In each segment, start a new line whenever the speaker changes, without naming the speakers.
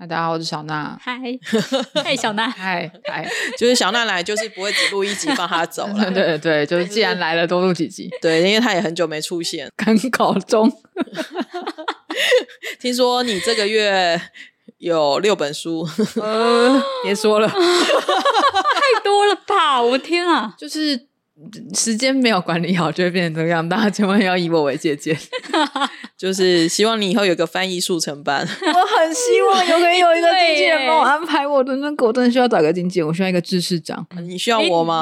嗨，大家好，我是小 娜。
哦 嗨，嗨，小娜。
嗨嗨，
就是小娜来，就是不会只录一集放她走了。
对对，就是既然来了，多录几集，
对，因为她也很久没出现。
赶稿中。
听说你这个月有六本书，
呃，别说了，
太多了吧！我天啊，
就是时间没有管理好，就会变成这样。大家千万要以我为借鉴。
就是希望你以后有个翻译速成班。
我很希望有人有一个经纪人帮我安排我的那个，我真的需要找一个经纪人，我需要一个知识长。
你需要我 吗？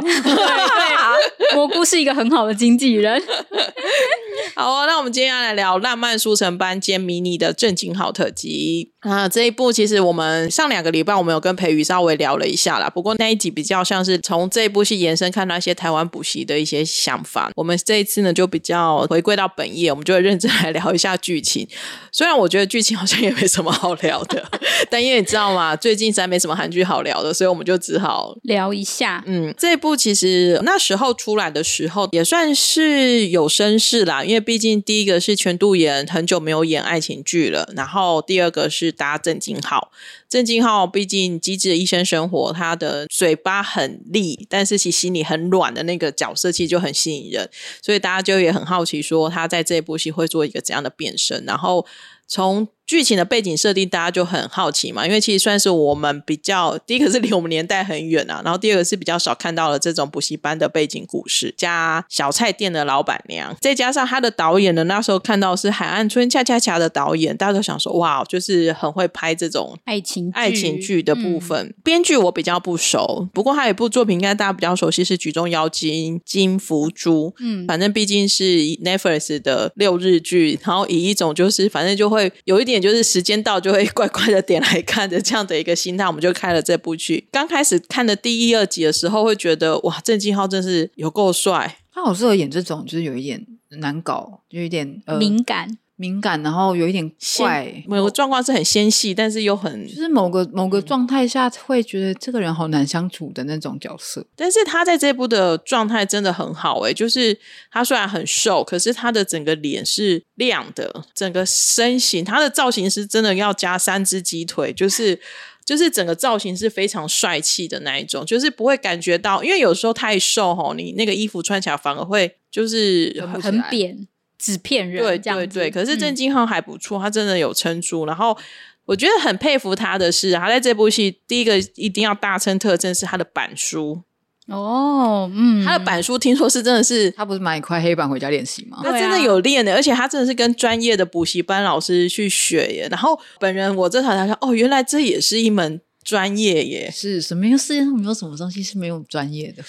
蘑菇是一个很好的经纪人。
好啊，那我们今天要来聊《浪漫书城班》兼迷你的正经好特辑啊。这一部其实我们上两个礼拜我们有跟培宇稍微聊了一下啦，不过那一集比较像是从这一部戏延伸看到一些台湾补习的一些想法。我们这一次呢就比较回归到本业，我们就会认真来聊一下剧情。虽然我觉得剧情好像也没什么好聊的， 但因为你知道吗，最近实在没什么韩剧好聊的，所以我们就只好
聊一下，
嗯，这一部其实那时候出来的时候也算是有声势啦，因为毕竟第一个是全度妍很久没有演爱情剧了，然后第二个是搭郑敬浩，郑敬浩毕竟《机智的医生生活》，他的嘴巴很利，但是其实心里很软的那个角色，其实就很吸引人，所以大家就也很好奇说他在这部戏会做一个怎样的变身，然后。从剧情的背景设定，大家就很好奇嘛，因为其实算是我们比较第一个是离我们年代很远啊，然后第二个是比较少看到了这种补习班的背景故事，加小菜店的老板娘，再加上他的导演呢，那时候看到是《海岸村恰恰恰》的导演，大家都想说哇，就是很会拍这种
爱情
爱情剧的
嗯
部，分。编剧我比较不熟，不过他有一部作品应该大家比较熟悉是《举重妖精金福珠》，
嗯，嗯
反正毕竟是 Netflix 的六日剧，然后以一种就是反正就会有一点就是时间到就会 乖乖的点来看的这样的一个心态，我们就开了这部剧。刚开始看的第一二集的时候，会觉得哇，郑敬浩真是有够帅，
他好适合演这种，就是有一点难搞，有一点呃
敏感，
敏感，然后有一点怪，
某个状况是很纤细，但是又很
就是某个某个状态下会觉得这个人好难相处的那种角色。
但是他在这部的状态真的很好诶、就是他虽然很瘦，可是他的整个脸是亮的，整个身形，他的造型师真的要加三只鸡腿，就是。就是整个造型是非常帅气的那一种，就是不会感觉到，因为有时候太瘦吼，你那个衣服穿起来反而会就是
撑不起
很
来
扁，纸片人，
对
这样
对
子
对，可是郑
嗯
敬浩还不错，他真的有撑住。然后我觉得很佩服他的是，他在这部戏第一个一定要大称特称是他的板书，
哦，嗯，
他的板书听说是真的是
他不是买一块黑板回家练习吗？
他
对
真的
啊
有练的，而且他真的是跟专业的补习班老师去学耶。然后本人我这才才看，哦，原来这也是一门专业耶。
是什么？世界上没有什么东西是没有专业的，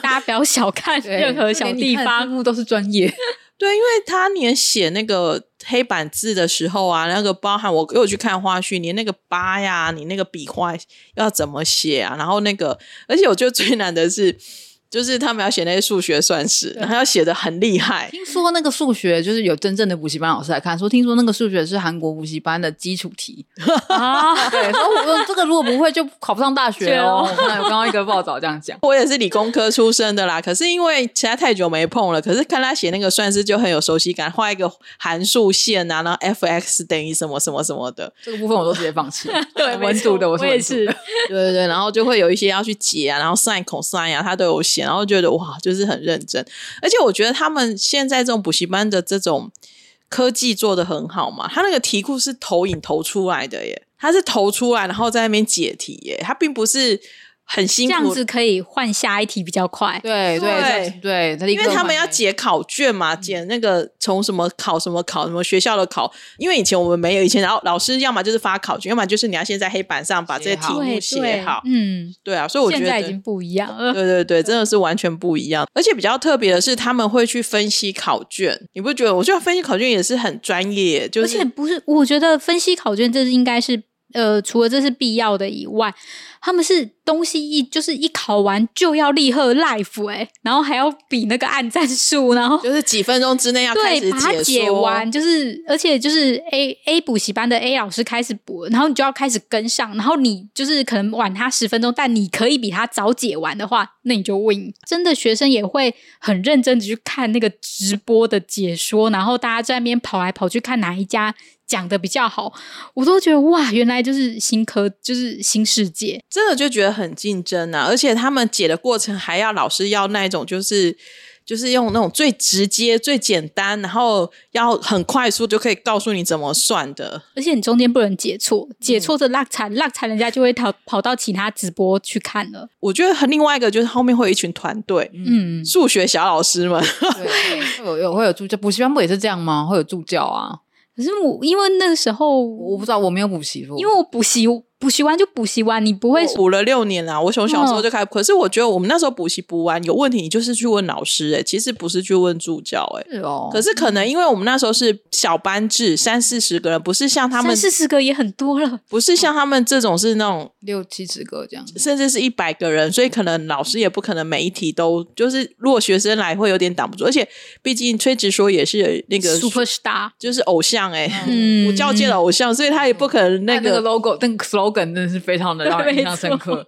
大家不要小 看 任何小地方，
都是专 业。
对，因为他连写那个黑板字的时候啊，那个包含我又去看花絮，你那个八呀，你那个笔画要怎么写啊？然后那个，而且我觉得最难的是，就是他们要写那些数学算式，然后要写的很厉害。，
听说那个数学就是有真正的补习班老师来看，说听说那个数学是韩国补习班的基础题。
啊，
对，说我说这个如果不会就考不上大学哦。
对
我看到有刚刚一个报道这样讲
我也是理工科出身的啦，可是因为实在太久没碰了，可是看他写那个算式就很有熟悉感，画一个函数线啊，然后 f x 等于什么什么什么的，
这个部分我都直接放弃。
对，
文组的
没
我
错
是
我也
文组
是
的，
对对对，然后就会有一些要去解啊，然后 sin、cos 啊，他都有写，然后觉得哇，就是很认真，而且我觉得他们现在这种补习班的这种科技做的很好嘛，他那个题库是投影投出来的耶，他是投出来然后在那边解题耶，他并不是。很辛
这
苦，
样子可以换下一题比较快。
对
对
对对，对
因为他们要
解。
解考卷嘛，
嗯
解那个从什么考什么考什么学校的考。因为以前我们没有，以前然后老师要么就是发考卷，要么就是你要先在黑板上把这些
写
题
好
目
对
写
对
好。
嗯，
对啊，所以我觉
现
得
在已经不一样了。
对对对，真的是完全不一样。而且比较特别的是，他们会去分析考卷，你不觉得？我觉得分析考卷也是很专业，就
而
是
且不是，我觉得分析考卷这是应该是呃，除了这是必要的以外，他们是东西一就是一考完就要立刻 life 哎、然后还要比那个按赞数，然后
就是几分钟之内要开
对
始
把它
说
解完，。就是而且就是 A A 补习班的 A 老师开始补了，然后你就要开始跟上，然后你就是可能晚他十分钟，但你可以比他早解完的话，那你就 win。真的学生也会很认真的去看那个直播的解说，然后大家在那边跑来跑去看哪一家。讲的比较好，我都觉得哇，原来就是新科，就是新世界。
真的就觉得很竞争啊！而且他们解的过程还要老师要那一种，就是就是用那种最直接、最简单，然后要很快速就可以告诉你怎么算的。
而且你中间不能解错，解错这落惨落惨，人家就会跑跑到其他直播去看了。
我觉得很另外一个就是后面会有一群团队，
嗯，
数学小老师们，
对，会有有会有助教，补习班不也是这样吗？会有助教啊，
可是我因为那个时候，
我不知道，我没有补习过，
因为我补习补习完就补习完，你不会
我补了六年啊啦。我从小时候就
嗯
开始，可是我觉得我们那时候补习补完有问题，你就是去问老师、欸，其实不是去问助教、欸，
是哦，
可是可能因为我们那时候是小班制，三四十个人，不是像他们
三，四十个也很多了。
不是像他们这种是那种
六七十个这样子，
甚至是一百个人，所以可能老师也不可能每一题都就是，如果学生来会有点挡不住，而且毕竟崔直说也是那个
super star，
就是偶像哎、
嗯
补教界的偶像，所以他也不可能那
那
个，
个 logo 那个 slogan 真的是非常的 让人印象深刻，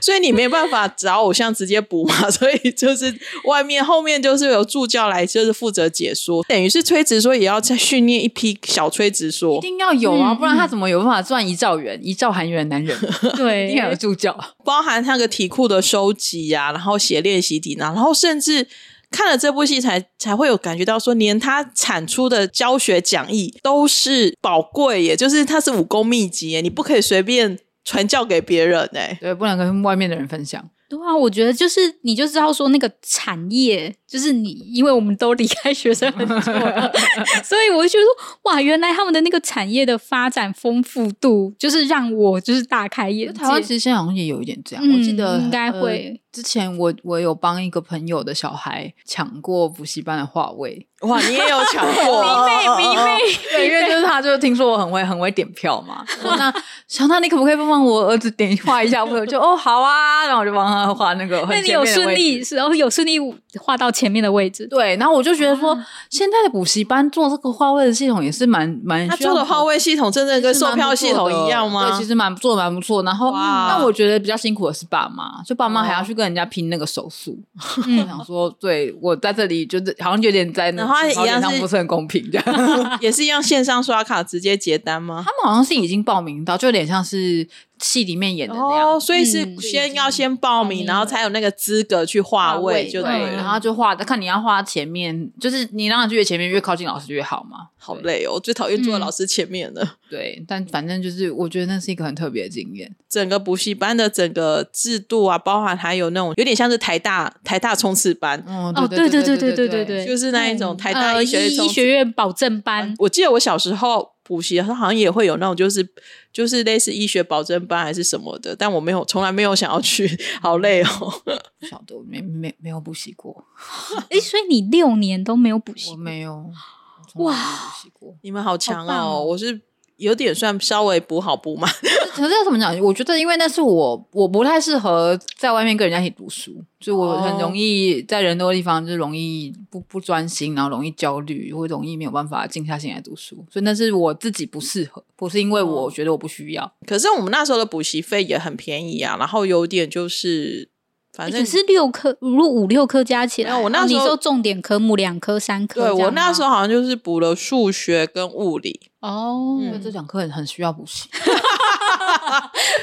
所以你没办法找偶像直接补嘛，所以就是外面后面就是有助教来就是负责解说，等于是崔直说也要再训练一批小崔直
一
说，
定要有啊，
嗯
不然他怎么有办法赚一兆元？一兆韩元男 人一定要有
对，
助教，
包含那个题库的收集呀、然后写练习题呢、然后甚至看了这部戏才才会有感觉到说，连他产出的教学讲义都是宝贵耶，就是它是武功秘籍耶，你不可以随便传教给别人哎。
对，不能跟外面的人分享。
对啊，我觉得就是你就知道说那个产业，就是你，因为我们都离开学生很久了，所以我就觉得说哇，原来他们的那个产业的发展丰富度，就是让我就是大开眼界。
台湾其实现在好像也有一点这样，
嗯
我记得
应该
呃
会
之前我我有帮一个朋友的小孩抢过补习班的话位，
哇，你也有抢 过，哦
迷妹迷妹，
对，因为就是他就听说我很会很会点票嘛，说 那小娜你可不可以帮忙我儿子点画一下位？我就哦好啊，然后我就帮他画那个
那
很
你
前
有
面的
顺
位置。
利，然后有顺利画到前面的位置，
对，然后我就觉得说，现在的补习班做这个话位的系统也是蛮蛮
他
需要
做的话位系统真的跟售票系统一样吗？
对，其实蛮做的蛮不错。然后，
哇
但我觉得比较辛苦的是爸妈，就爸妈
哦
还要去跟人家拼那个手速。 我
嗯，
想说，对我在这里就是好像有点在那
然后他
个
一
起跑点
样是
上不是很公平这样。他们
也是一样线上刷卡直接结单吗？
好像是已经报名到，就有点像是戏里面演的那样。
哦，所以是
嗯
先要先报名，
嗯
然后才有那个资格去划位，就
对
对，了
然。后就画，看你要画前面，就是你让你越前面越靠近老师越好嘛。
好累哦，我最讨厌
嗯
坐在老师前面了。
对，但反正就是我觉得那是一个很特别的经验。
整个补习班的整个制度啊，包含还有那种有点像是台大台大冲刺班，
嗯，
哦，对
对对
对对
对
对对对，
就是那一种台大
呃
医学
医
冲
医
刺
学院保 证班，
我记得我小时候补习的时候，好像也会有那种就是就是类似医学保证班还是什么的，但我没有从来没有想要去，好累哦。
不晓得，我没没没有补习过，
诶，所以你六年都没有补习
我
过，
没有，我从来没有补习过。
你们好强
好
哦，
棒哦
我是有点算稍微补好补满，
可是要怎么讲？我觉得，因为那是我，我不太适合在外面跟人家一起读书，就我
哦
很容易在人多的地方，就是容易不不专心，然后容易焦虑，或容易没有办法静下心来读书。所以那是我自己不适合，不是因为我觉得我不需要。
可是我们那时候的补习费也很便宜啊，然后有点就是反正
只是六科，如果五六科加起来，
没有我那
哦
时候
你说重点科目两科、三科这
对
样吗，
我那时候好像就是补了数学跟物理，
哦，
因为
嗯
这两课很很需要补习，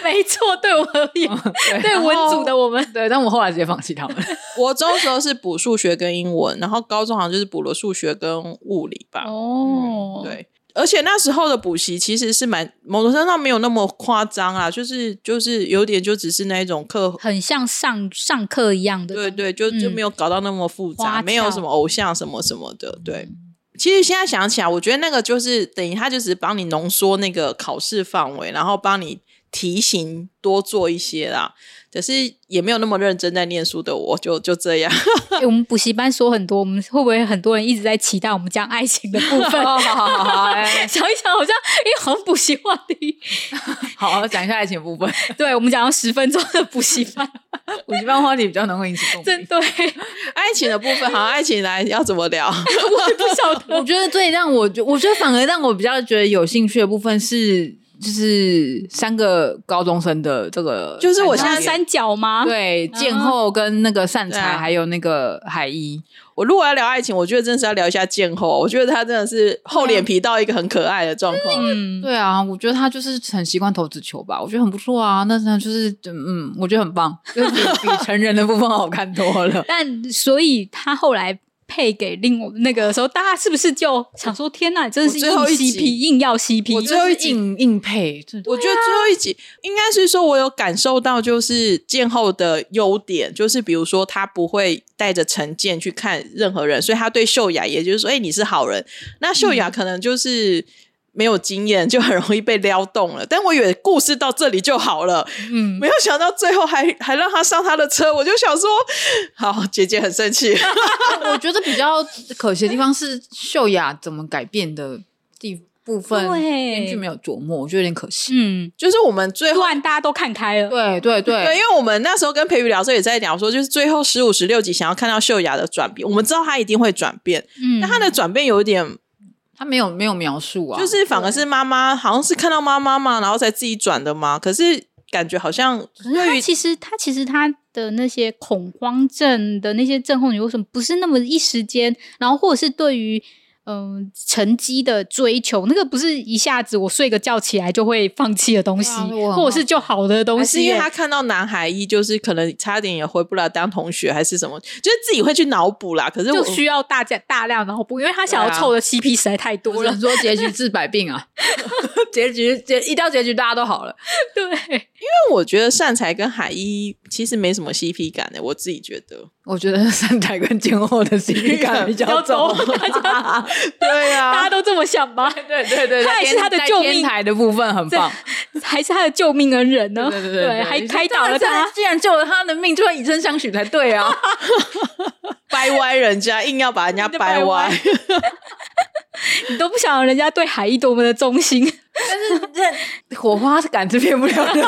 没错，对我而言， 对文组的我们，
对，但我后来直接放弃他们。
国中时候是补数学跟英文，然后高中好像就是补了数学跟物理吧。嗯
哦，
对，而且那时候的补习其实是蛮某种程度上没有那么夸张啦，就是就是有点就只是那一种课，
很像上上课一样的，
对，对，就就
嗯
没有搞到那么复
花
杂，
俏嗯
没有什么偶像什么什么的，对。其实现在想起来，我觉得那个就是等于他就只是帮你浓缩那个考试范围，然后帮你题型多做一些啦。可是也没有那么认真在念书的我，就就这样。
诶我们补习班说很多，我们会不会很多人一直在期待我们讲爱情的部 分？
哦，好好好好，哎，
想一想，好像因为好像补习话题，
好讲一下爱情 部分。
对我们讲到十分钟的补习班，
补习班话题比较能够引起共
真
鸣。
对，
爱情的部分，好，爱情来要怎么聊？
我也不晓
我
得。
觉得最让我觉，我觉得反而让我比较觉得有兴趣的部分是，就是三个高中生的这个，
就是我
我
现
现
在
在三角
啊
吗？，
对建后跟那个善
对
财，
啊
还有那个海一，
我如果要聊爱情，我觉得真的是要聊一下建后。我觉得他真的是厚脸皮到一个很可爱的状况。
嗯，
对啊，我觉得他就是很习惯投直球吧，我觉得很不错啊。那他就是嗯，我觉得很棒，就是比比成人的部分好看多 了。
但所以他后来配给另我那个时候，大家是不是就想说：天呐，你真的是
我
硬
最后一集
CP，硬要 CP？
我最后一集
硬硬配，这
我觉得最后一集应该是说，我有感受到就是建后的优点，就是比如说他不会带着成见去看任何人，所以他对秀雅也就是说，哎、你是好人。那秀雅可能就是。没有经验就很容易被撩动了， 但我以为故事到这里就好了，
嗯，
没有想到最后还还让他上他的车，我就想说，好，姐姐很生气。
我觉得比较可惜的地方是秀雅怎么改变的地部分，
对
编剧没有琢磨，我觉得有点可惜。
嗯，
就是我们最
突
后
然大家都看开了，
对对对，
对，因为我们那时候跟培宇聊的时候也在聊说，就是最后十五、十六集想要看到秀雅的转变，我们知道她一定会转变，
嗯，
但她的转变有一点，
他没有没有描述啊，
就是反而是妈妈，好像是看到妈妈嘛，然后才自己转的嘛。可是感觉好像
可是他其实他其实他的那些恐慌症的那些症候群，为什么不是那么一时间？然后或者是对于嗯、成绩的追求，那个不是一下子我睡个觉起来就会放弃的东西，
对啊我很
或者是就好的东
还是
西
因为
耶。
她看到男孩一，就是可能差点也回不了当同学，还是什么，就是自己会去脑补啦。可是我
就需要大家大量脑补，因为他想要
对啊
凑的 CP 实在太多
我
了
能。说结局治百病啊，结局结一到结局大家都好了，
对，
但我觉得善财跟海一其实没什么 CP 感欸的、我自己觉 得。
我觉得三台跟建后的 CP 感比较重，
比较重
对啊，
大家都这么想吧？
对对对，
他也是他的
在
救
天
命
台的部分很棒，
还是他的救命恩人呢？
对对
还开导了他。
既然救了他的命，就要以身相许才对啊。
掰歪人家，硬要把人 家掰歪。
你都不想人家对海一多么的忠心，
火花感是骗不了人，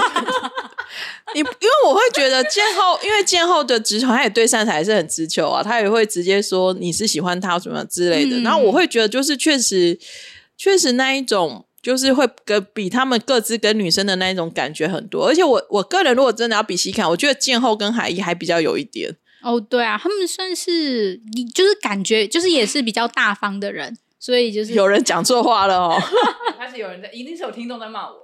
你因为我会觉得建后，因为建后的直球，他也对善财是很直球啊，他也会直接说你是喜欢他什么之类的。
嗯
然后我会觉得，就是确实，确实那一种。就是会跟比他们各自跟女生的那一种感觉很多，而且我我个人如果真的要比西看，我觉得建后跟海一还比较有一点，
哦，对啊，他们算是你就是感觉就是也是比较大方的人，所以就是
有人讲错话了哦。
开始有人在，一定是有听众在骂我。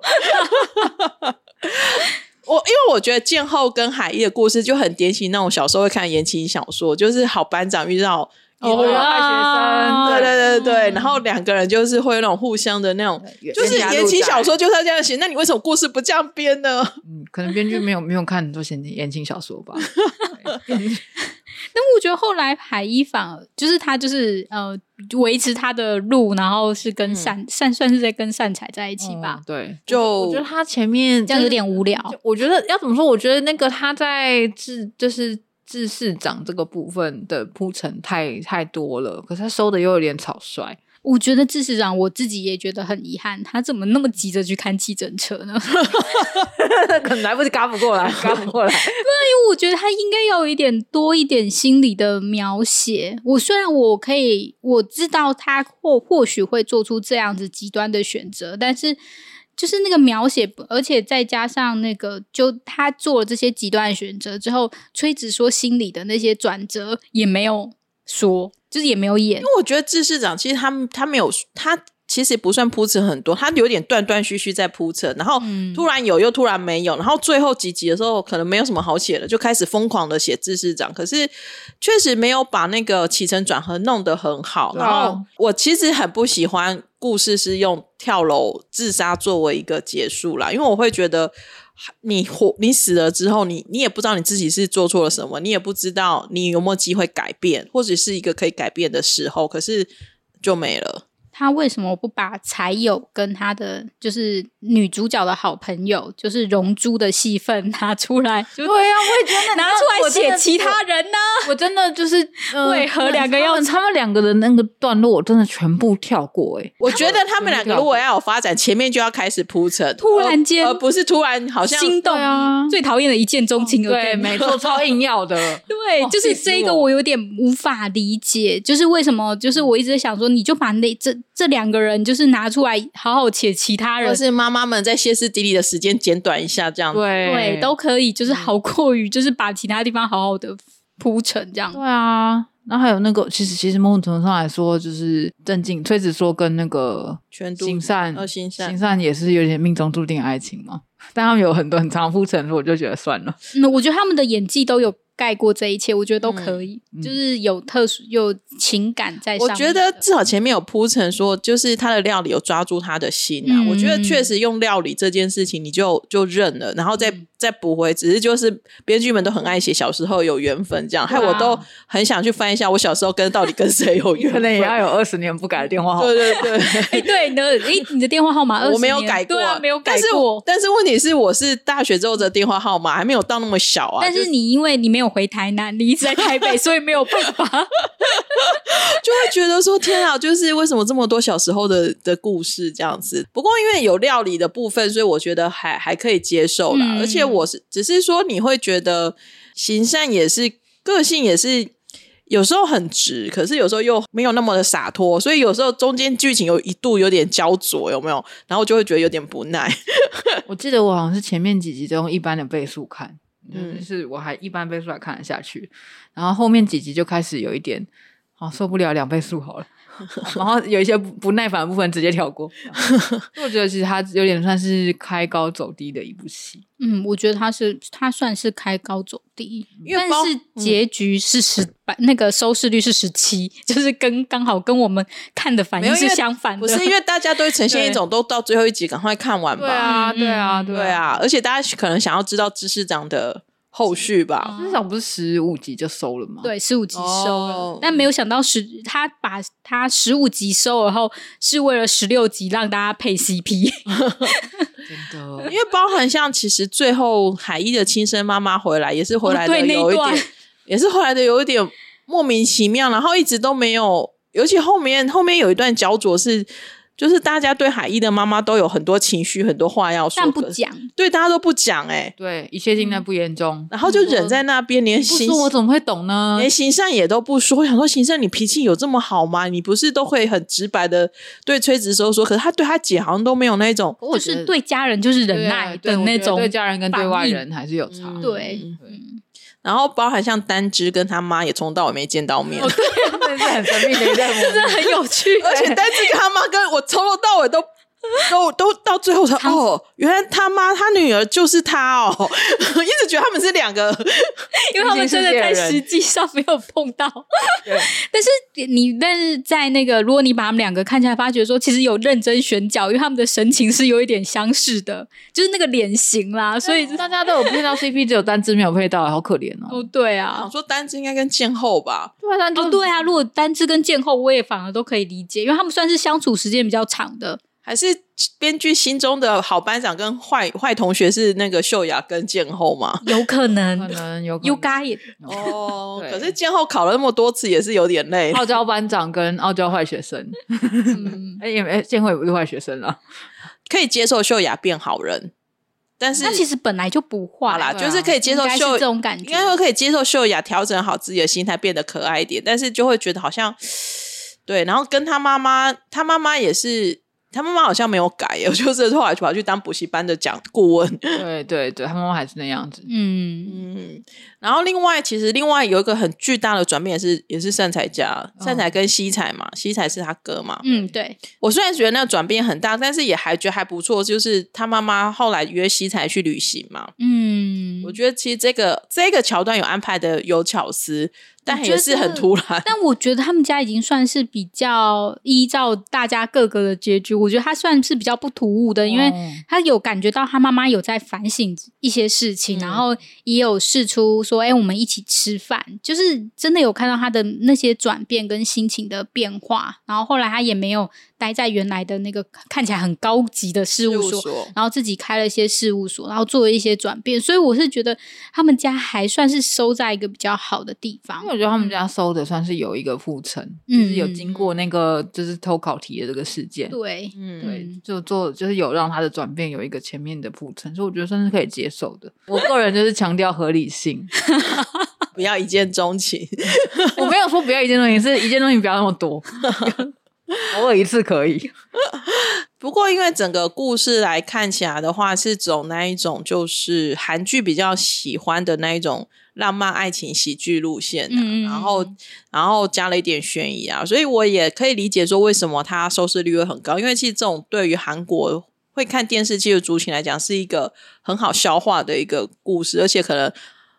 我因为我觉得建后跟海一的故事就很典型那种小时候会看言情小说，就是好班长遇到
哦啊
对
我爱学
对
生
对对对，然后两个人就是会有那种互相的那种，就是言情小说就是要这样写，那你为什么故事不这样编呢？
嗯，可能编剧没有没有看很多言情言情小说 吧。
但我觉得后来海一反而就是他就是呃维持他的路，然后是跟善、善算是在跟善财在一起吧
嗯，对，我
就
觉得他前面
这样有点无聊。
就我觉得要怎么说？我觉得那个他在治就是治市长这个部分的铺陈太太多了，可是他收的又有点草率。
我觉得智市长我自己也觉得很遗憾，他怎么那么急着去看计程车呢？因
可能来不及嘎不过来， 嘎不过来。
为我觉得他应该要有一点多一点心理的描写。我虽然我可以我知道他或或许会做出这样子极端的选择，但是就是那个描写，而且再加上那个，就他做了这些极端的选择之后，崔子说心里的那些转折也没有说，就是也没有演
因。为我觉得智市长其实他们他没有他其实不算铺陈很多，他有点断断续续在铺陈，然后
嗯
突然有又突然没有，然后最后几集的时候可能没有什么好写的，就开始疯狂的写智市长，可是确实没有把那个起承转合弄得很好。
对啊
然后我其实很不喜欢。故事是用跳楼自杀作为一个结束啦，因为我会觉得你活你死了之后，你你也不知道你自己是做错了什么，你也不知道你有没有机会改变，或者是一个可以改变的时候，可是就没了。
他为什么不把柴友跟他的就是女主角的好朋友，就是容珠的戏份拿出来，就
对啊，我也觉得
拿出来写其他人呢、
我真的就是、呃
为何两个要
他们他们两个的那个段落，我真的全部跳过哎、欸
我觉得他们两个如果要有发展，前面就要开始铺陈，
突然间
而而不是突然好像哦
心动、
对啊
最讨厌的一见钟情而
对，
跟
没 错，超硬要的。
对，
哦
就是
气死
这个
我
我有点无法理解，就是为什么，就是我一直在想说，你就把那这这两个人就是拿出来好好且其他
或
人。
哦是妈妈们在歇斯底里的时间减短一下，这样子
对
对，都可以，
嗯
就是好过于就是把其他地方好好的铺陈这样。
哦
对啊。然后还有那个，其实其实某种程度上来说，就是郑敬崔子说跟那个
全都
行善，
呃行善
行善也是有点命中注定的爱情嘛。但他们有很多很长铺陈，我就觉得算 了。
嗯，我觉得他们的演技都有盖过这一切，我觉得都可以，
嗯
就是有特殊有情感在上
我
面的。
觉得至少前面有铺陈说，就是他的料理有抓住他的心啊。
嗯
我觉得确实用料理这件事情，你就就认了，然后再
嗯
再补回。只是就是编剧们都很爱写小时候有缘分这样，害
对啊
我都很想去翻一下我小时候跟到底跟谁 有缘
可
分。
能也要有二十年不改的电话号码
对。对对。
哎、 对，你的哎、你的电话号码20
我没有
年
改过，
对 啊，没有改
但是
过。
但是问题是，我是大学之后的电话号码还没有到那么小啊。
但
就是
你因为你没有回台南，你一直在台 北，所以没有办法。
就会觉得说天啊，就是为什么这么多小时候的的故事这样子？不过因为有料理的部分，所以我觉得还还可以接受啦。
嗯
而且我是只是说，你会觉得行善也是个性也是。有时候很直，可是有时候又没有那么的洒脱，所以有时候中间剧情有一度有点焦灼，有没有？然后就会觉得有点不耐。
我记得我好像是前面几集都用一般的倍速看，
嗯
就是我还一般倍速还看得下去，然后后面几集就开始有一点，好、受不了两倍 速好了，然后有一些不不耐烦的部分直接跳过。所以我觉得其实它有点算是开高走低的一部戏，
嗯，我觉得他是他算是开高走低，
因为
但
包
是结局是十百、那个收视率是十七，就是跟刚好跟我们看的反
没
应
有因
是
为
相反
不
的。
是 因为大家都会呈现一种都到最后一集赶快看完吧？
啊
对啊
对
对，啊，而且大家可能想要知道知识长的后续吧？
至少啊不是十五集就收了吗？，
嗯对，十五集收了，
哦
但没有想到十，他把他十五集收了后，是为了十六集让大家配 CP。
真的
因。为包含像其实最后海一的亲生妈妈回来，也是回来
哦
的
对那一
有一点，
段
也是回来的有一点莫名其妙，然后一直都没有，尤其后面后面有一段焦灼是。就是大家对海一的妈妈都有很多情绪，很多话要说，
但不
可是
讲，
对大家都不讲哎、
对，一切尽
嗯
在不言中。
然后就忍在那边，连
不
行
说我怎么会懂呢？
连行善也都不说。我想说行善，你脾气有这么好吗？你不是都会很直白的对崔子说说，可是他对他姐好像都没有那种
我
就
觉得
是对家人就是
对
忍
啊
耐
对
的
我
那
觉得
种
对家人跟对
反
外
应
人还是有差。
嗯
对
然后包含像丹芝跟他妈也从头到尾没见到
哦
面，
真的是很神秘的 一对母女。
很有趣。
而且丹芝跟他妈跟我从头到尾都。 都都到最后才
常
哦，原来他妈他女儿就是他哦， 一直觉得他们是两个，
因为他们真的在实际上没有碰 到
对。
但是你，但是在那个，如果你把他们两个看起来，发觉说其实有认真选角，因为他们的神情是有一点相似的，就是那个脸型啦。所以，
大家都有配到 CP，只有单只没有配到，好可怜哦。
哦，对
想
啊，
说丹芝应该跟建后吧，
对啊，单
哦，对啊，如果单只跟剑后，我也反而都可以理解，因为他们算是相处时间比较长的。
还是编剧心中的好班长跟坏坏同学是那个秀雅跟建后吗？
有可
可
能
能有
，U 嘎也
哦
对
可是建后考了那么多次也是有点累，
傲娇班长跟傲娇坏学生，
嗯，
哎，也没建辉也不是坏学生了，
可以接受秀雅变好人，但是
那其实本来就不
好
坏
啦，
对啊
就是可以接受
应该是
秀
这种感
应
觉。
该说可以接受秀雅调整好自己的心态，变得可爱一点，但是就会觉得好像对，然后跟她妈妈，她妈妈也是，她妈妈好像没有改耶， 就是后来就跑去当补习班的讲顾问。
对对对，他妈妈还是那样子。
嗯，
嗯，然后另外其实另外有一个很巨大的转变也是也是善财家，善财跟西财嘛，西财是他哥嘛。
嗯，对，
我虽然觉得那个转变很大，但是也还觉得还不错，就是他妈妈后来约西财去旅行嘛。
嗯，
我觉得其实这个这个桥段有安排的有巧思，但也是很突然。
但我觉得他们家已经算是比较依照大家各个的结局，我觉得他算是比较不突兀的，因
哦
为他有感觉到他妈妈有在反省一些事情，
嗯
然后也有试出说，哎、我们一起吃饭，就是真的有看到他的那些转变跟心情的变化。然后后来他也没有待在原来的那个看起来很高级的事务所，
所
然后自己开了一些事务所，然后做了一些转变，所以我是觉得他们家还算是收在一个比较好的地方
因为。我觉得他们家收的算是有一个铺陈，
嗯
就是有经过那个就是偷考题的这个事件，
对，
嗯，
嗯对
嗯，
就做就是有让他的转变有一个前面的铺陈，所以我觉得算是可以接受的。我个人就是强调合理性，
不要一见钟情。
我没有说不要一件东西，是一件东西不要那么多， 偶尔一次可以。
不过，因为整个故事来看起来的话，是走那一种就是韩剧比较喜欢的那一种浪漫爱情喜剧路线、啊，
嗯嗯嗯
然后然后加了一点悬疑啊，所以我也可以理解说为什么它收视率会很高，因为其实这种对于韩国会看电视剧的族群来讲，是一个很好消化的一个故事，而且可能。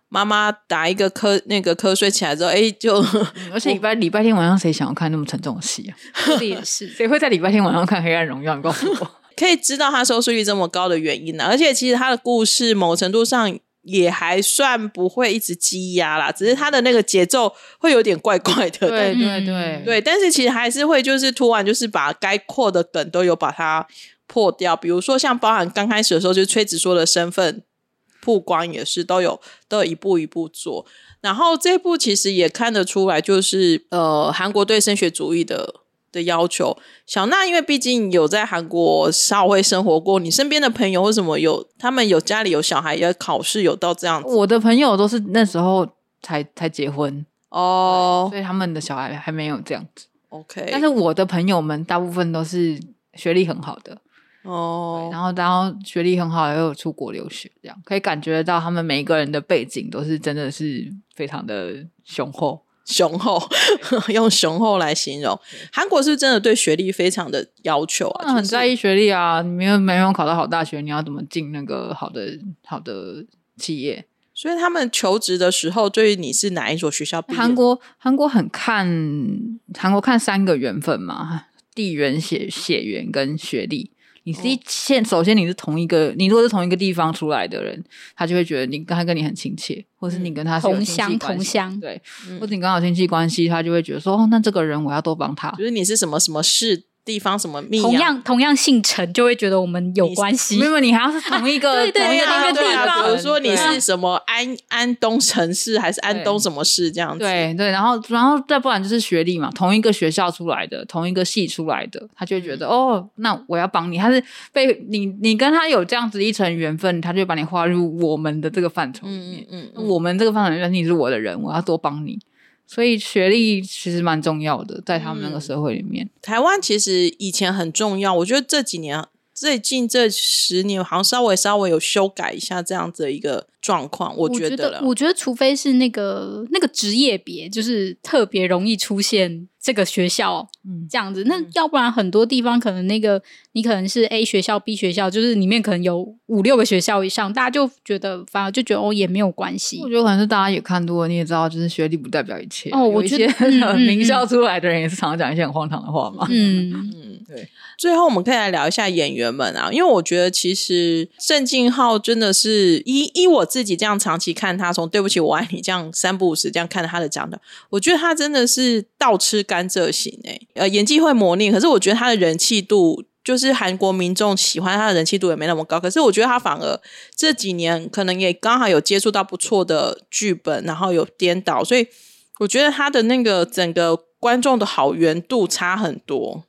妈妈打一个瞌那个瞌睡起来之后，哎，就
嗯而且礼拜礼拜天晚上谁想要看那么沉重的戏啊？
这也是。
谁会在礼拜天晚上看《黑暗荣耀》？你告诉我。
可以知道它收视率这么高的原因呢、而且其实它的故事某程度上也还算不会一直积压啦，只是它的那个节奏会有点怪怪的。
对对
嗯
对
对，但是其实还是会就是突然就是把该扩的梗都有把它破掉，比如说像包含刚开始的时候就是崔子说的身份曝光也是都有都有一步一步做，然后这部其实也看得出来就是呃韩国对升学主义的的要求。小娜因为毕竟有在韩国稍微生活过，你身边的朋友为什么有他们有家里有小孩要考试有到这样子
我的朋友都是那时候才才结婚，
哦
所以他们的小孩还没有这样子。
，OK，
但是我的朋友们大部分都是学历很好的，
哦，
然后然后学历很好，也有出国留学，这样可以感觉得到他们每一个人的背景都是真的是非常的雄厚。
雄厚， 用雄厚来形容。韩国是不是真的对学历非常的要求啊，
他嗯们很
就是
在意学历啊，你没有没有考到好大学，你要怎么进那个好的好的企业？
所以他们求职的时候，对于你是哪一所学校毕业，
韩国韩国很看韩国看三个缘分嘛，地缘、
嗯
血血缘跟学历。你是
哦
一先、首先你是同一个，你如果是同一个地方出来的人，他就会觉得你跟他跟你很亲切，或是你跟他是有
同
亲戚
乡
关
同
系
乡
对，
嗯
或者你刚好亲戚关系，他就会觉得说，哦，那这个人我要多帮他
就。是你是什么什么市地方什么密
同
阳。
样同样姓陈，就会觉得我们有关系
没。有，你还要是同一个
对对
同 一
对
个
啊，
那个
对
地
啊，
方
比如说你
对啊
是什么安安东城市还是安东什么市这样子？
对对，然后然后再不然就是学历嘛，同一个学校出来的，同一个系出来的，他就会
嗯
觉得、哦，那我要帮你，他是被你你跟他有这样子一层缘分，他就会把你划入我们的这个范畴里
嗯
面。
嗯嗯
那
嗯，
我们这个范畴里面，你是我的人，我要多帮你。所以学历其实蛮重要的，在他们那个
嗯
社会里面，
台湾其实以前很重要，我觉得这几年最近这十年好像稍微稍微有修改一下这样子的一个状况，我
觉
得了。
我觉得除非是那个那个职业别，就是特别容易出现这个学校
嗯，
这样子。那要不然很多地方可能那个你可能是 A 学校、B 学校，就是里面可能有五六个学校以上，大家就觉得反而就觉得哦也没有关系
我。觉得可能是大家也看多了，你也知道，就是学历不代表一切。
哦我
有一
觉
些
得嗯嗯
名
嗯
校出来的人也是常常讲一些很荒唐的话嘛。
嗯，
嗯，
对。
最后我们可以来聊一下演员们啊，因为我觉得其实郑敬浩真的是依依我自己这样长期看他，从《对不起我爱你》这样三不五时这样看他的长短，我觉得他真的是倒吃甘蔗型诶、呃，演技会磨练，可是我觉得他的人气度。就是韩国民众喜欢他的人气度也没那么高，可是我觉得他反而这几年可能也刚好有接触到不错的剧本，然后有颠倒，所以我觉得他的那个整个观众的好缘度差很多。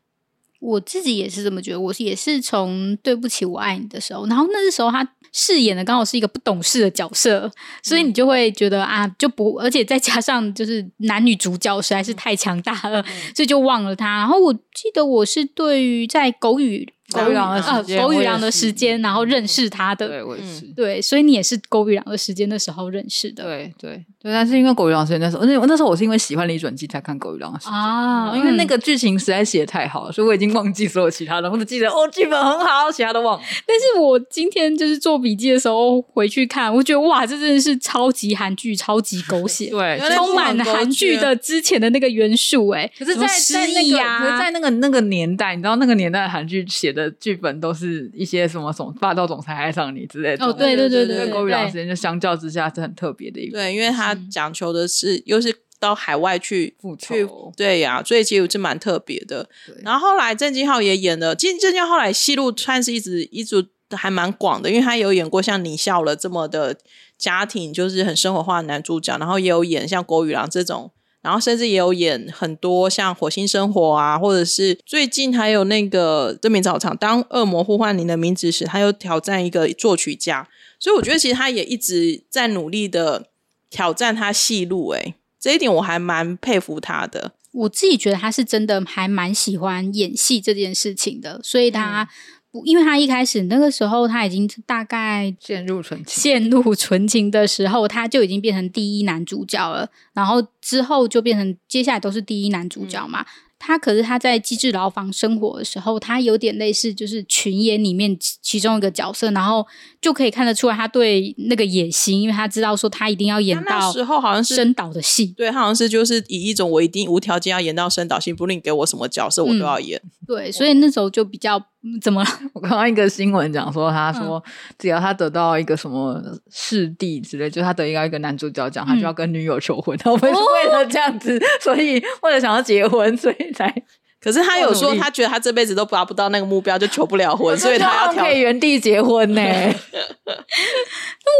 我自己也是这么觉得。我也是从《对不起，我爱你》的时候，然后那时候他饰演的刚好是一个不懂事的角色，所以
嗯
你就会觉得啊，就不，而且再加上就是男女主角
嗯
实在是太强大了，所以就忘了他。然后我记得我是对于在《狗与
狗与狼
呃
的时间，
狗与
我也
狼的
是
时，间，然后认识他
对
的，
我也是。
对，嗯所以你也是狗与狼的时间的时候认识的，
对对对，但是因为《狗与狼》时间那时候，那那时候我是因为喜欢李准基才看《狗与狼》的时间
啊，
因为那
嗯
个剧情实在写得太好了，所以我已经忘记所有其他的，我只记得哦剧本很好，其他都忘了。
但是我今天就是做笔记的时候回去看，我觉得哇，这真的是超级韩剧，超级狗血，
对
原来
充满韩剧的之前的那个元素、哎，
可是
什
在，
么
在
失
那
忆
个，
啊
可是在那个那个年代，你知道那个年代的韩剧写的剧本都是一些什么什么霸道总裁爱上你之类的。
哦，对对对对
所以
对
狗与狼时
对，
间就相较之下是很特别的一部。
对，因为他
嗯
讲求的是，又是到海外去
复仇
去，对呀、所以其实是蛮特别的
对。
然后后来郑敬浩也演了，其实郑敬浩后来戏路算是一直一直还蛮广的，因为他有演过像《你笑了》这么的家庭，就是很生活化的男主角，然后也有演像《国语郎》这种。然后甚至也有演很多像《火星生活》啊，或者是最近还有那个《证明早场》，当恶魔呼唤你的名字时，他又挑战一个作曲家，所以我觉得其实他也一直在努力的挑战他戏路、欸，这一点我还蛮佩服他的。
我自己觉得他是真的还蛮喜欢演戏这件事情的，所以他不，因为他一开始那个时候他已经大概
陷入纯情。
陷入纯情的时候，他就已经变成第一男主角了。然后之后就变成接下来都是第一男主角嘛。他可是他在机智牢房生活的时候，他有点类似就是群演里面其其中一个角色，然后就可以看得出来他对那个野心，因为他知道说他一定要演
他那
到
时候好像是
深岛的戏。
对他好像是就是以一种我一定无条件要演到深岛幸，不论你给我什么角色
嗯
我都要演。
对，所以那时候就比较、嗯怎 么了？
我看到一个新闻讲说，他说只要他得到一个什么视帝之类，就是他得到一个男主角奖，他就要跟女友求婚。他们是为了这样子，所以为了想要结婚，所以才
可是他有
我
说
努力
他觉得他这辈子都达不到那个目标，就求不了婚，所以他要
希望
挑
可以原地结婚呢、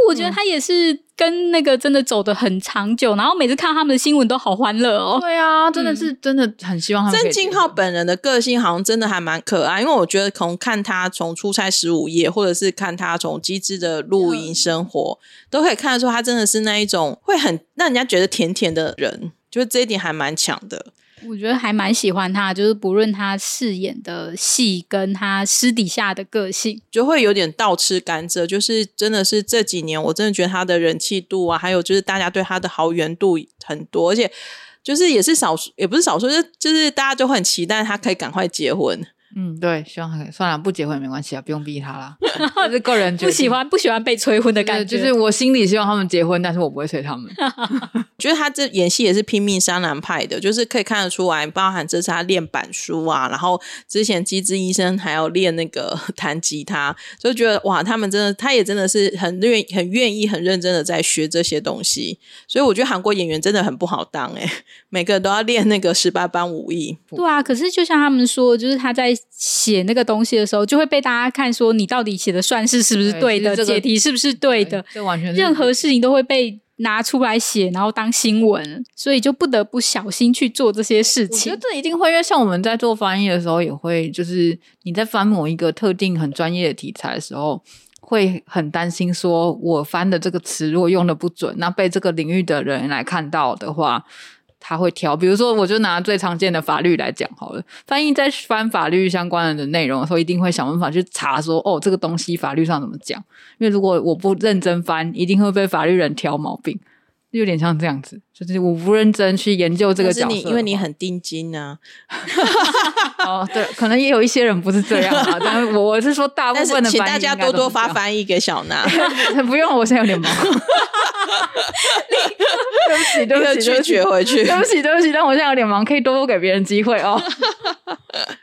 我觉得他也是跟那个真的走的很长久，然后每次看他们的新闻都好欢乐哦。
对啊，真的是、真的很希望他们可
郑
以结婚
敬浩本人的个性好像真的还蛮可爱，因为我觉得从看他从出差十五夜，或者是看他从机智的露
嗯
营生活，都可以看得出他真的是那一种会很让人家觉得甜甜的人，就是这一点还蛮强的。
我觉得还蛮喜欢他，就是不论他饰演的戏跟他私底下的个性，
就会有点倒吃甘蔗，就是真的是这几年，我真的觉得他的人气度啊，还有就是大家对他的好缘度很多，而且就是也是少数，也不是少数，就是就是大家就很期待他可以赶快结婚。
嗯，对，希望他可以算了，不结婚也没关系啊，不用逼他 啦，就是个人决定
不喜欢不喜欢被催婚的
对
感觉，
就是我心里希望他们结婚，但是我不会催他们。
我觉得他这演戏也是拼命三男派的，就是可以看得出来，包含这次他练板书啊，然后之前机智医生还要练那个弹吉他，就觉得哇，他们真的，他也真的是很愿很愿意、很认真的在学这些东西。所以我觉得韩国演员真的很不好当哎、 每个人都要练那个十八般武艺。
对啊。可是就像他们说，就是他在写那个东西的时候，就会被大家看说你到底写的算式是不是对
对
的，
其实这
解
个
题是不是对的，
这完全是
任何事情都会被拿出来写，然后当新闻，所以就不得不小心去做这些事
我觉得
情。
这一定会，因为像我们在做翻译的时候，也会就是你在翻某一个特定很专业的题材的时候，会很担心说，我翻的这个词如果用的不准，那被这个领域的人来看到的话。他会挑，比如说，我就拿最常见的法律来讲好了。翻译在翻法律相关的内容的时候，一定会想办法去查说，哦，这个东西法律上怎么讲？因为如果我不认真翻，一定会被法律人挑毛病，有点像这样子，就是我不认真去研究这个
但是
角色
你
的话，
因为你很定金啊，
哦，对，可能也有一些人不是这 样啊，但是我我是说大部
但是
分的，
请大家多多发。翻译给小娜，
不用，我现在有点忙。 对不起，对
那
不
个
起，
拒绝回去。
对不起，对不起，但我现在有点忙，可以多多给别人机会 哦。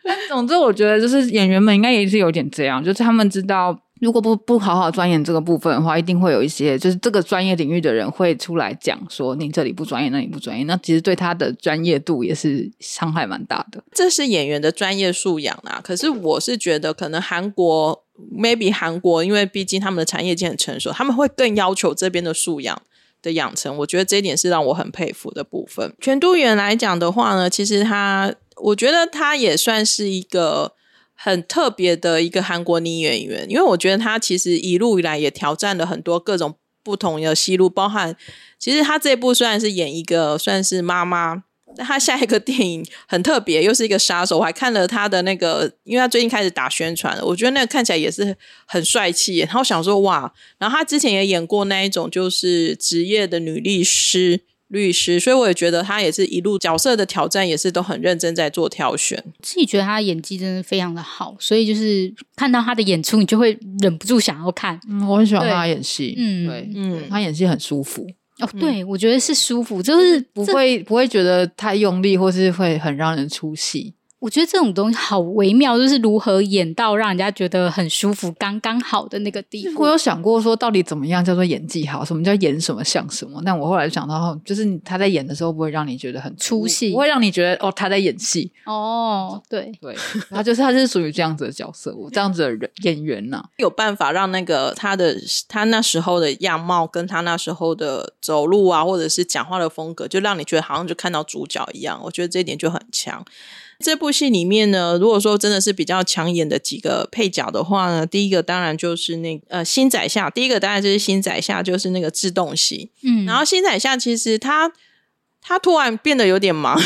但总之，我觉得就是演员们应该也是有点这样，就是他们知道，如果不不好好钻研这个部分的话，一定会有一些就是这个专业领域的人会出来讲说你这里不专业，那里不专业，那其实对他的专业度也是伤害蛮大的。
这是演员的专业素养啦。可是我是觉得，可能韩国 maybe 韩国，因为毕竟他们的产业已经很成熟，他们会更要求这边的素养。的养成，我觉得这一点是让我很佩服的部分。全都员来讲的话呢，其实他，我觉得他也算是一个很特别的一个韩国女演员，因为我觉得她其实一路以来也挑战了很多各种不同的戏路，包含其实她这一部虽然是演一个算是妈妈，但他下一个电影很特别，又是一个杀手，我还看了他的那个，因为他最近开始打宣传了，我觉得那个看起来也是很帅气耶。然后我想说哇，然后他之前也演过那一种就是职业的女律师。律师，所以我也觉得他也是一路角色的挑战，也是都很认真在做挑选。
自己觉得他演技真的非常的好，所以就是看到他的演出，你就会忍不住想要看。
嗯，我很喜欢看他演戏，
嗯
对，
嗯
他演戏很舒服，
哦，对，我觉得是舒服，就是
不
这，
会不会觉得太用力，或是会很让人出戏。
我觉得这种东西好微妙，就是如何演到让人家觉得很舒服，刚刚好的那个地
我
步。
有想过说，到底怎么样叫做演技好？什么叫演什么像什么？但我后来想到，就是你他在演的时候，不会让你觉得很
出戏
不会让你觉得哦他在演戏。
哦，对，
对，他就是他是属于这样子的角色，我这样子的人演员呐、
有办法让那个他的他那时候的样貌，跟他那时候的走路啊，或者是讲话的风格，就让你觉得好像就看到主角一样。我觉得这一点就很强。这部戏里面呢，如果说真的是比较抢眼的几个配角的话呢，第一个当然就是那个呃新宰相，第一个当然就是新宰相，就是那个制动系。
嗯，
然后新宰相其实他他突然变得有点忙，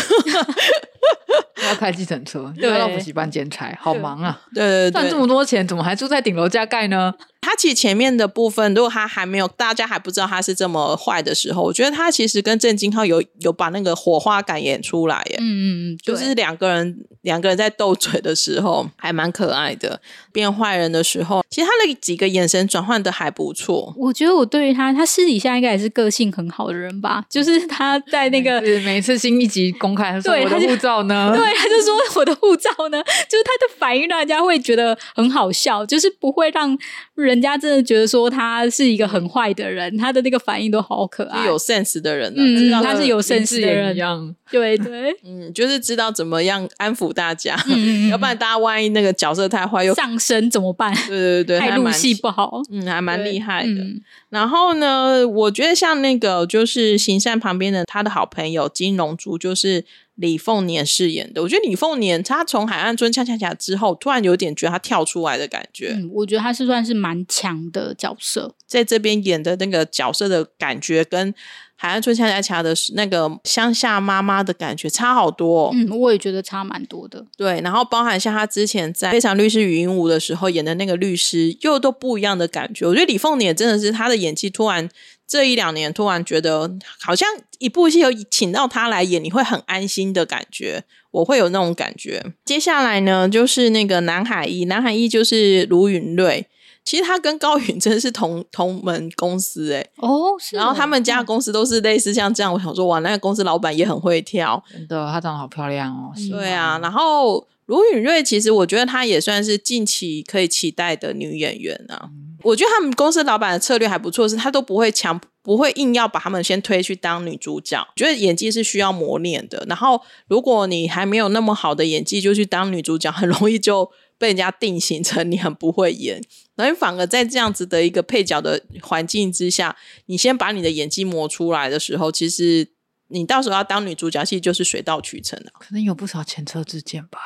要开计程车，
对
又要到补习班兼差，好忙啊！
对对
赚
对
这，么多钱，怎么还住在顶楼加盖呢？
他其实前面的部分，如果他还没有大家还不知道他是这么坏的时候，我觉得他其实跟郑金浩有有把那个火花感演出来耶。
嗯嗯嗯，
就
对
是两个人两个人在斗嘴的时 候，还蛮可爱的。变坏人的时候，其实他那几个眼神转换的还不错。
我觉得我对于他，他私底下应该也是个性很好的人吧。就是他在 那个，对，
是每次新一集公开，他说
对
我的
他就
护照
嗯
呢？
他就说我的护照呢，就是他的反应让人家会觉得很好笑，就是不会让人家真的觉得说他是一个很坏的人。他的那个反应都好可
就
爱，
有 sense 的人、啊，
嗯
知道
他是有绅士的
也
人
一样。
对对，
嗯，就是知道怎么样安抚大家，
嗯 嗯嗯
要不然大家万一那个角色太坏，又对
上身怎么办？
对对，
太
还
入
蛮
戏不好，
嗯，还蛮
对
厉害的。
嗯
然后呢，我觉得像那个就是行善旁边的他的好朋友金龙珠，就是李凤年饰演的。我觉得李凤年他从《海岸村恰恰恰》之后，突然有点觉得他跳出来的感觉，
嗯，我觉得他是算是蛮强的角色。
在这边演的那个角色的感觉，跟《海岸村恰恰恰》的那个乡下妈妈的感觉差好多、哦。
嗯，我也觉得差蛮多的。
对，然后包含像他之前在《非常律师禹英禑》的时候演的那个律师，又都不一样的感觉。我觉得李凤年真的是她的演技，突然这一两年突然觉得好像一部戏有请到她来演，你会很安心的感觉。我会有那种感觉。接下来呢，就是那个南海一，南海一就是卢允瑞。其实他跟高允真是同同门公司诶、
哦，是哦。
然后他们家
嗯
的公司都是类似像这样。我想说，哇，那个公司老板也很会挑，
真的，她长得好漂亮哦！
嗯
是
对
吗
啊，，然后卢允瑞其实我觉得她也算是近期可以期待的女演员啊。我觉得他们公司老板的策略还不错，是他都不会强，不会硬要把他们先推去当女主角。觉得演技是需要磨练的，然后如果你还没有那么好的演技就去当女主角，很容易就被人家定型成你很不会演。然后你反而在这样子的一个配角的环境之下，你先把你的演技磨出来的时候，其实你到时候要当女主角，其实就是水到渠成啊。
可能有不少前车之鉴吧。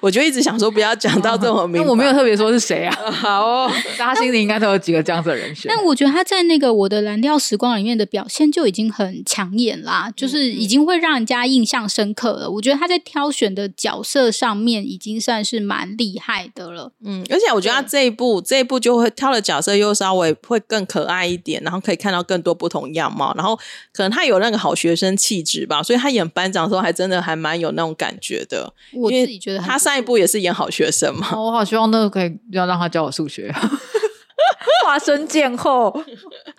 我就一直想说不要讲到这
嗯
么明
但
白，
我没有特别说是谁 啊。好哦，大家心里应该都有几个这样子的人选。
但我觉得他在那个《我的蓝调时光》里面的表现就已经很抢眼啦，
嗯
就是已经会让人家印象深刻了。我觉得他在挑选的角色上面已经算是蛮厉害的了。
嗯，而且我觉得他这一部这一部就会挑的角色又稍微会更可爱一点，然后可以看到更多不同样貌，然后可能他有那个好学生气质吧，所以他演班长的时候还真的还蛮有那种感觉的。
我
因为
自己觉得很
他上一部也是演好学生嘛，
哦我好希望那个可以要让他教我 数学，花生见后。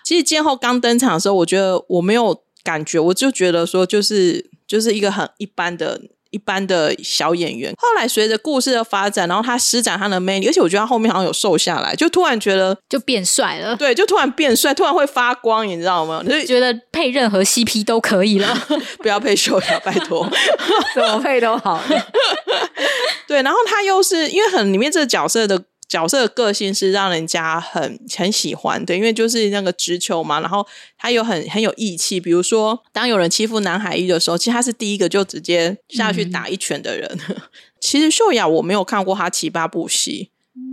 其实建后刚登场的时候，我觉得我没有感觉，我就觉得说就是就是一个很一般的。一般的小演员，后来随着故事的发展，然后他施展他的魅力，而且我觉得他后面好像有瘦下来，就突然觉得
就变帅了，
对，就突然变帅，突然会发光，你知道吗？就是
觉得配任何 CP 都可以 了。
不要配秀雅，拜 托。
怎么配都 好。
对，然后他又是因为很里面这个角色的角色的个性是让人家很很喜欢的，因为就是那个直球嘛，然后他又很很有义气。比如说，当有人欺负南海一的时候，其实他是第一个就直接下去打一拳的人。 其实秀雅我没有看过她七八部戏，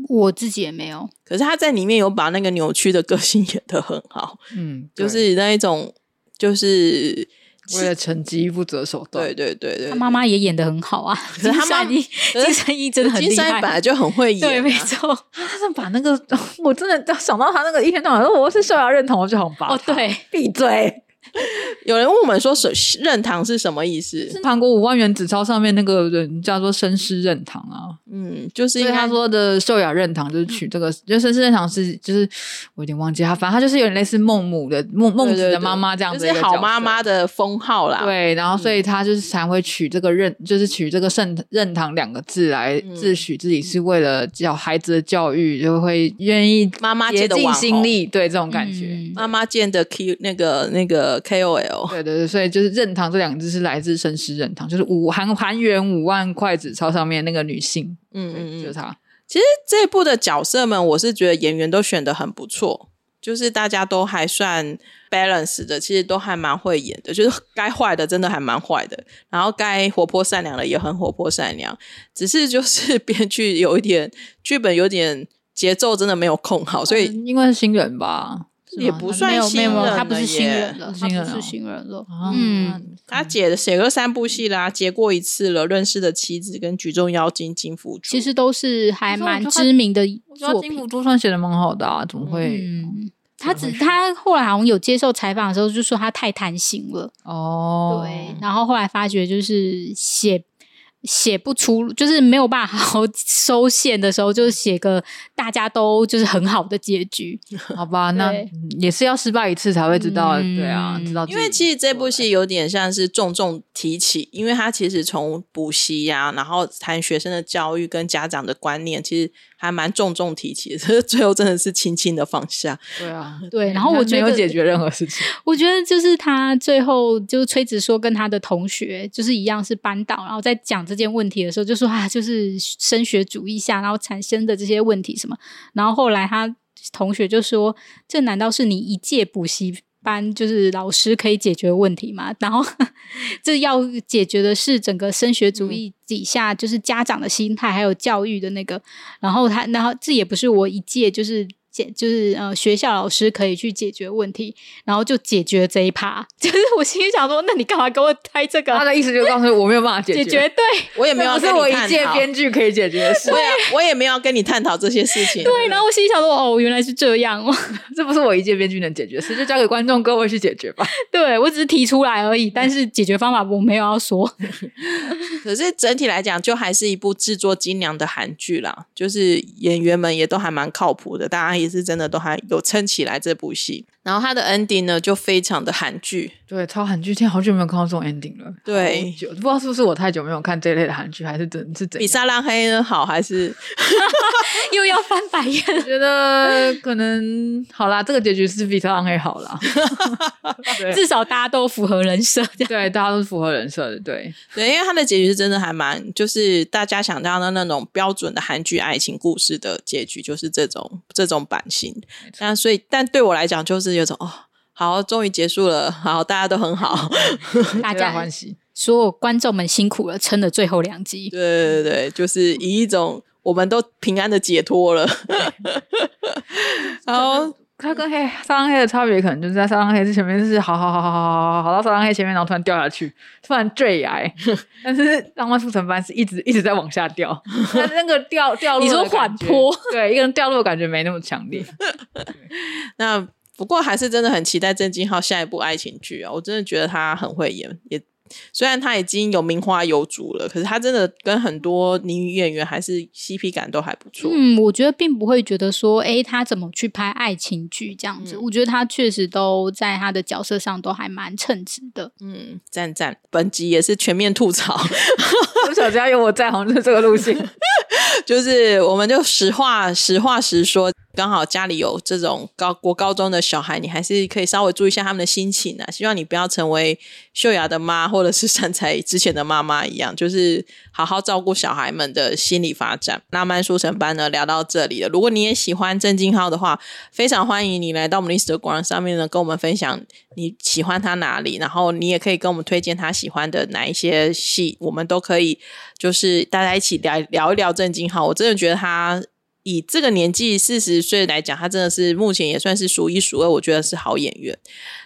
我自己也没有，
可是她在里面有把那 个扭曲的个性演得很好。
嗯，
就是那一种，就是
为了成绩不择手段。
对对对对，
他妈妈也演的很好啊，
是
金
他妈
三一，
可是
金三一真的很
金
厉
山
害，
本来就很会演、啊，
对，没 错，
他真的把那个， 我真的想到他那个一天到晚说我是受到认同，我就很棒。
哦，，对，
闭嘴！
有人问我们说水任堂是什么意思？
韩国五万元纸钞上面那个人叫做绅士任堂啊，
嗯，就是
所以
应
他
该
说的秀雅任堂就是
嗯
取这个，就绅士任堂是就是我有点忘记他，反正他就是有点类似孟母的孟孟
对
子
对
的
对
妈妈这样子
就
一
是
个
好
角
妈嗯
色
妈的封号啦。，
对，然后所以他就是才会取这个任，就是取这个圣任堂两个字来
嗯
自诩自己是为了教孩子的教育，就会愿意
妈妈
竭
界的
尽
网
心
红
力，对这种感觉。
嗯
妈妈见的 Q 那个那个 KOL，
对对对，所以就是“任堂”这两个字是来自绅士任堂，就是五韩韩元五万块纸钞上面那个女性，
嗯
对
嗯嗯
就是，她。
其实这一部的角色们，我是觉得演员都选的很不错，就是大家都还算 balance 的，其实都还蛮会演的，就是该坏的真的还蛮坏的，然后该活泼善良的也很活泼善良，只是就是 编剧有一点剧本有点节奏真的没有控好，所以
嗯因为是新人吧，是
也
吗
不
她
算
没有
新
没有
人
他
她
不是
了
新
耶
人了，他
新人
不
哦
是新人了
啊，，
嗯。
他姐的写过三部戏啦，结过一次了，《认识的妻子》跟《举重妖精金福珠》，
其实都是还蛮知名的
我觉得
作
金
品。
福珠算写的蛮好的啊，怎么会？
嗯，他只他后来好像有接受采访的时候就说他太贪心了，
哦，
对，然后后来发觉就是写写不出，就是没有办法好好收线的时候，就写个大家都就是很好的结局。
好吧，那
对
嗯也是要失败一次才会知道，
嗯
对啊，知道自己。
因为其实这部戏有点像是重重提起，因为它其实从补习呀、然后谈学生的教育跟家长的观念，其实还蛮重重提起的， 可是最后真的是轻轻的放下。
对啊，
对，然后我
他
觉
没
得
有解决任何事情，
我觉得就是他最后就是崔子说跟他的同学就是一样是班导，然后在讲这件问题的时候就说啊，就是升学主义下然后产生的这些问题什么，然后后来他同学就说，这难道是你一届补习？班就是老师可以解决的问题嘛，然后这要解决的是整个升学主
嗯
义底下，就是家长的心态，还有教育的那个然后他，然后这也不是我一届就是解就是呃学校老师可以去解决问题，然后就解决这一趴。 就是我心里想说，那你干嘛给我开这
他
个？
的意思就是告诉我我没有办法
解
解决，
对
我也
这
没有要
不
跟
是我
你
一
探
介
讨，
编剧可以解决的事
我，也我也没有要跟你探讨这些事情。
对，然后我心里想说，哦，原来是这样 哦。
这不是我一介编剧能解决的事，就交给观众各位去解决吧。
对我只是提出来而已，
嗯
但是解决方法我没有要说。
可是整体来讲，就还是一部制作精良的韩剧啦，就是演员们也都还蛮靠谱的，大家也是真的都还有撑起来这部戏。然后它的 ending 呢，就非常的韩剧，
对，超韩剧，天，好久没有看到这种 ending 了。
对
好久不知道是不是我太久没有看这类的韩剧，还是怎是
比
怎
《
样？
撒浪嘿》呢好还是？
又要翻白眼，
我觉得可能好啦，这个结局是比《上黑》好 啦。对
至少大家都符合人设。 这样
对，大家都是符合人设的，对。
对，因为它的结局是真的还蛮，就是大家想到的那种标准的韩剧爱情故事的结局，就是这种这种版型。那所以，但对我来讲，就是有种哦，好，终于结束了，好，大家都很好。
大
皆大
家
啊欢喜，
所有观众们辛苦了，撑了最后两集。
对对对，就是以一种我们都平安的解脱了。 然后
他跟黑撒浪黑的差别可能就是在撒浪黑之前面就是好好好好好好好好到撒浪黑前面，然后突然掉下去，突然坠 崖。但是浪漫速成班是一直一直在往下掉，但 是那个掉掉落
你
的
说
感
缓
觉
坡，
对一个人掉落的感觉没那么强烈。
那不过还是真的很期待郑敬浩下一部爱情剧啊！我真的觉得他很会演，也虽然他已经有名花有主了，可是他真的跟很多女演员还是 CP 感都还不错。
嗯，我觉得并不会觉得说，诶，他怎么去拍爱情剧这样子？
嗯
我觉得他确实都在他的角色上都还蛮称职的。
嗯，赞赞！本集也是全面吐槽，
从小只要有我在，好像就是这个路线。
就是我们就实话实话实说，刚好家里有这种高国高中的小孩，你还是可以稍微注意一下他们的心情啊。希望你不要成为秀雅的妈，或者是善财之前的妈妈一样，就是好好照顾小孩们的心理发展。那曼书城班呢，聊到这里了。如果你也喜欢郑敬浩的话，非常欢迎你来到我们的 Instagram 上面呢，跟我们分享你喜欢他哪里，然后你也可以跟我们推荐他喜欢的哪一些戏，我们都可以就是大家一起聊聊一聊郑敬浩。我真的觉得他以这个年纪四十岁来讲，他真的是目前也算是数一数二，我觉得是好演员。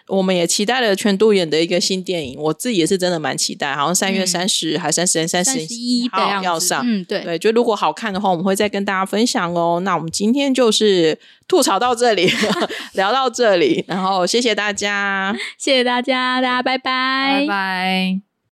我们也期待了全度演的一个新电影，我自己也是真的蛮期待，好像三月
嗯
三十、还三十、三
三
十
十一的样
号
子
要上。
嗯，对，
对，就如果好看的话，我们会再跟大家分享哦。那我们今天就是吐槽到这里， 聊到这里，然后谢谢大家。
谢谢大家，大家拜
拜拜。